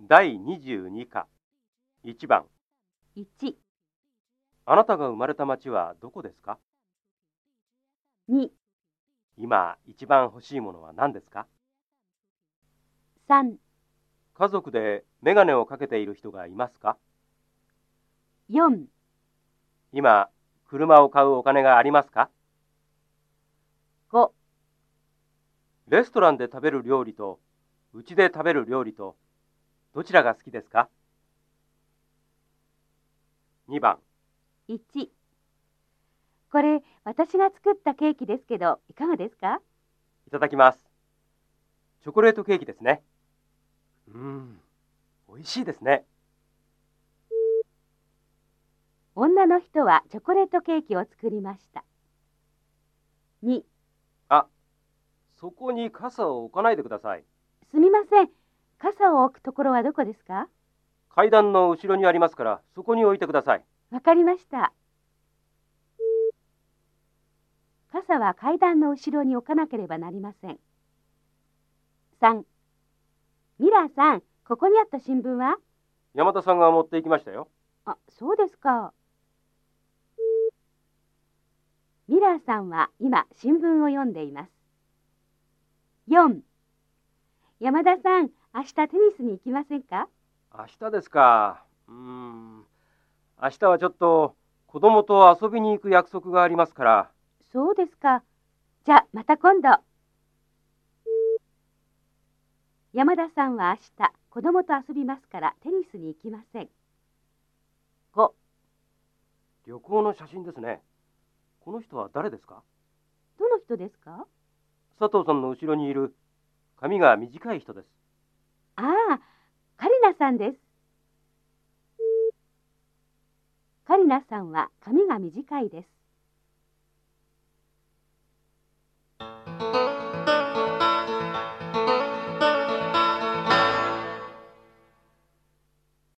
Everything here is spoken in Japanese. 第22課1番1、あなたが生まれた町はどこですか2、今一番欲しいものは何ですか3、家族でメガネをかけている人がいますか4、今車を買うお金がありますか5、レストランで食べる料理とうちで食べる料理とどちらが好きですか2番1。これ、私が作ったケーキですけど、いかがですかいただきますチョコレートケーキですねうーん美味しいですね女の人はチョコレートケーキを作りました。2、そこに傘を置かないでくださいすみません。傘を置くところはどこですか階段の後ろにありますからそこに置いてくださいわかりました。傘は階段の後ろに置かなければなりません。3、ミラーさん、ここにあった新聞は山田さんが持って行きましたよあ、そうですか。ミラーさんは今新聞を読んでいます。4. 山田さん、明日テニスに行きませんか明日ですかうーん明日はちょっと子供と遊びに行く約束がありますからそうですか。じゃあまた今度。山田さんは明日子供と遊びますからテニスに行きません。5. 旅行の写真ですねこの人は誰ですかどの人ですか佐藤さんの後ろにいる髪が短い人ですああ、カリナさんです。カリナさんは髪が短いです。